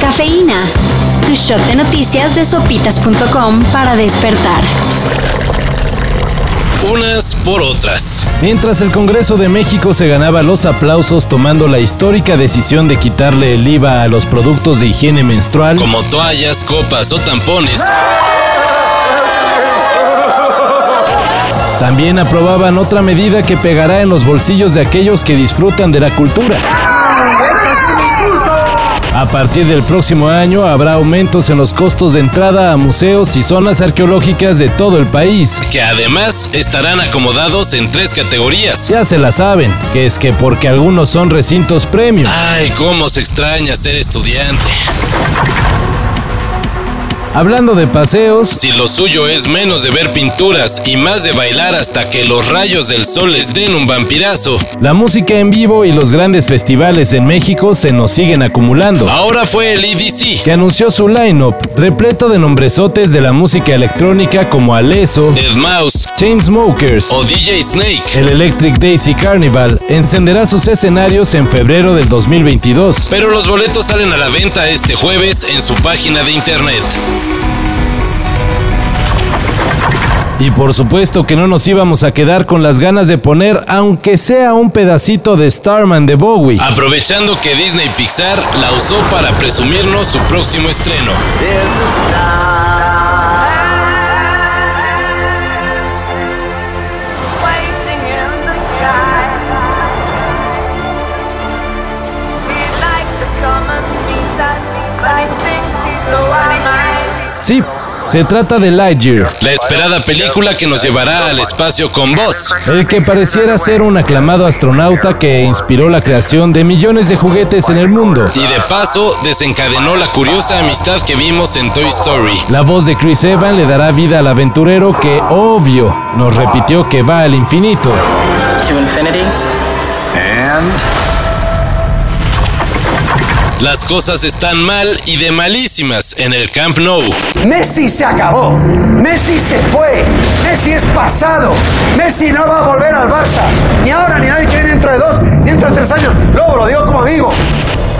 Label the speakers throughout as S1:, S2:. S1: Cafeína. Tu shot de noticias de sopitas.com para despertar.
S2: Unas por otras.
S3: Mientras el Congreso de México se ganaba los aplausos tomando la histórica decisión de quitarle el IVA a los productos de higiene menstrual,
S2: Como toallas, copas o tampones.
S3: también aprobaban otra medida que pegará en los bolsillos de aquellos que disfrutan de la cultura. A partir del próximo año habrá aumentos en los costos de entrada a museos y zonas arqueológicas de todo el país.
S2: Que además estarán acomodados en tres categorías.
S3: Ya se la saben, que es que porque algunos son recintos premium.
S2: Ay, cómo se extraña ser estudiante.
S3: Hablando de paseos,
S2: Si lo suyo es menos de ver pinturas y más de bailar hasta que los rayos del sol les den un vampirazo,
S3: La música en vivo y los grandes festivales en México se nos siguen acumulando.
S2: ahora fue el E IDC.
S3: Que anunció su line-up, repleto de nombrezotes de la música electrónica como Alesso,
S2: Dead Mouse
S3: Chainsmokers
S2: o DJ Snake.
S3: el Electric Daisy Carnival, encenderá sus escenarios en febrero del 2022.
S2: Pero los boletos salen a la venta este jueves en su página de internet.
S3: Y por supuesto que no nos íbamos a quedar con las ganas de poner, aunque sea un pedacito de Starman de Bowie.
S2: Aprovechando que Disney Pixar la usó para presumirnos su próximo estreno.
S4: waiting in the sky. We'd like to come and meet us, but it thinks you blow our minds.
S3: Sí, se trata de Lightyear.
S2: La esperada película que nos llevará al espacio con vos.
S3: El que pareciera ser un aclamado astronauta que inspiró la creación de millones de juguetes en el mundo.
S2: Y de paso desencadenó la curiosa amistad que vimos en Toy Story.
S3: La voz de Chris Evans le dará vida al aventurero que, obvio, nos repitió que va al infinito.
S5: to infinity
S2: Las cosas están mal y de malísimas en el Camp Nou.
S6: Messi se acabó. Messi se fue. Messi es pasado. Messi no va a volver al Barça. Ni ahora, ni nadie que viene dentro de dos, ni dentro de tres años. Lobo, lo digo como amigo.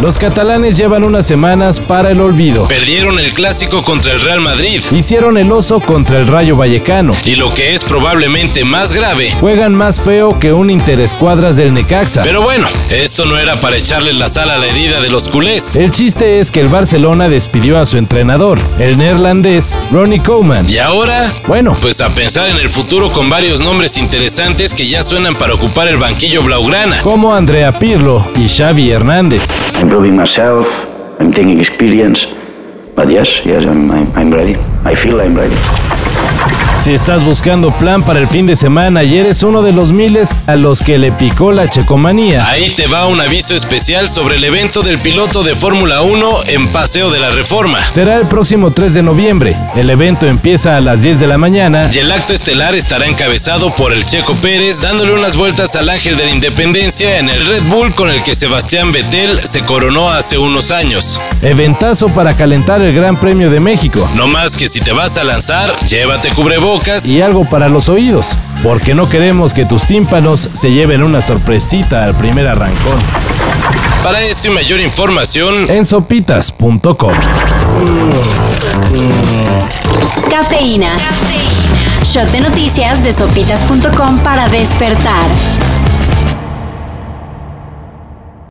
S3: Los catalanes llevan unas semanas para el olvido.
S2: Perdieron el clásico contra el Real Madrid.
S3: Hicieron el oso contra el Rayo Vallecano.
S2: Y lo que es probablemente más grave.
S3: Juegan más feo que un interescuadras del Necaxa.
S2: Pero bueno, esto no era para echarle la sal a la herida de los culés.
S3: El chiste es que el Barcelona despidió a su entrenador, el neerlandés Ronnie Koeman.
S2: Y ahora,
S3: Bueno,
S2: pues a pensar en el futuro con varios nombres interesantes que ya suenan para ocupar el banquillo blaugrana.
S3: como Andrea Pirlo y Xavi Hernández.
S7: improving myself. I'm taking experience. But yes, yes, I'm, I'm, I'm ready. I feel I'm ready.
S3: Si estás buscando plan para el fin de semana y eres uno de los miles a los que le picó la checomanía,
S2: Ahí te va un aviso especial sobre el evento del piloto de Fórmula 1 en Paseo de la Reforma.
S3: será el próximo 3 de noviembre. El evento empieza a las 10 de la mañana
S2: Y el acto estelar estará encabezado por el Checo Pérez dándole unas vueltas al Ángel de la Independencia en el Red Bull con el que Sebastián Vettel se coronó hace unos años.
S3: Eventazo para calentar el Gran Premio de México.
S2: No más que si te vas a lanzar, llévate cubrebocas
S3: Y algo para los oídos, porque no queremos que tus tímpanos se lleven una sorpresita al primer arrancón.
S2: Para esto y mayor información,
S3: En sopitas.com.
S1: Cafeína. Shot de noticias de sopitas.com para despertar.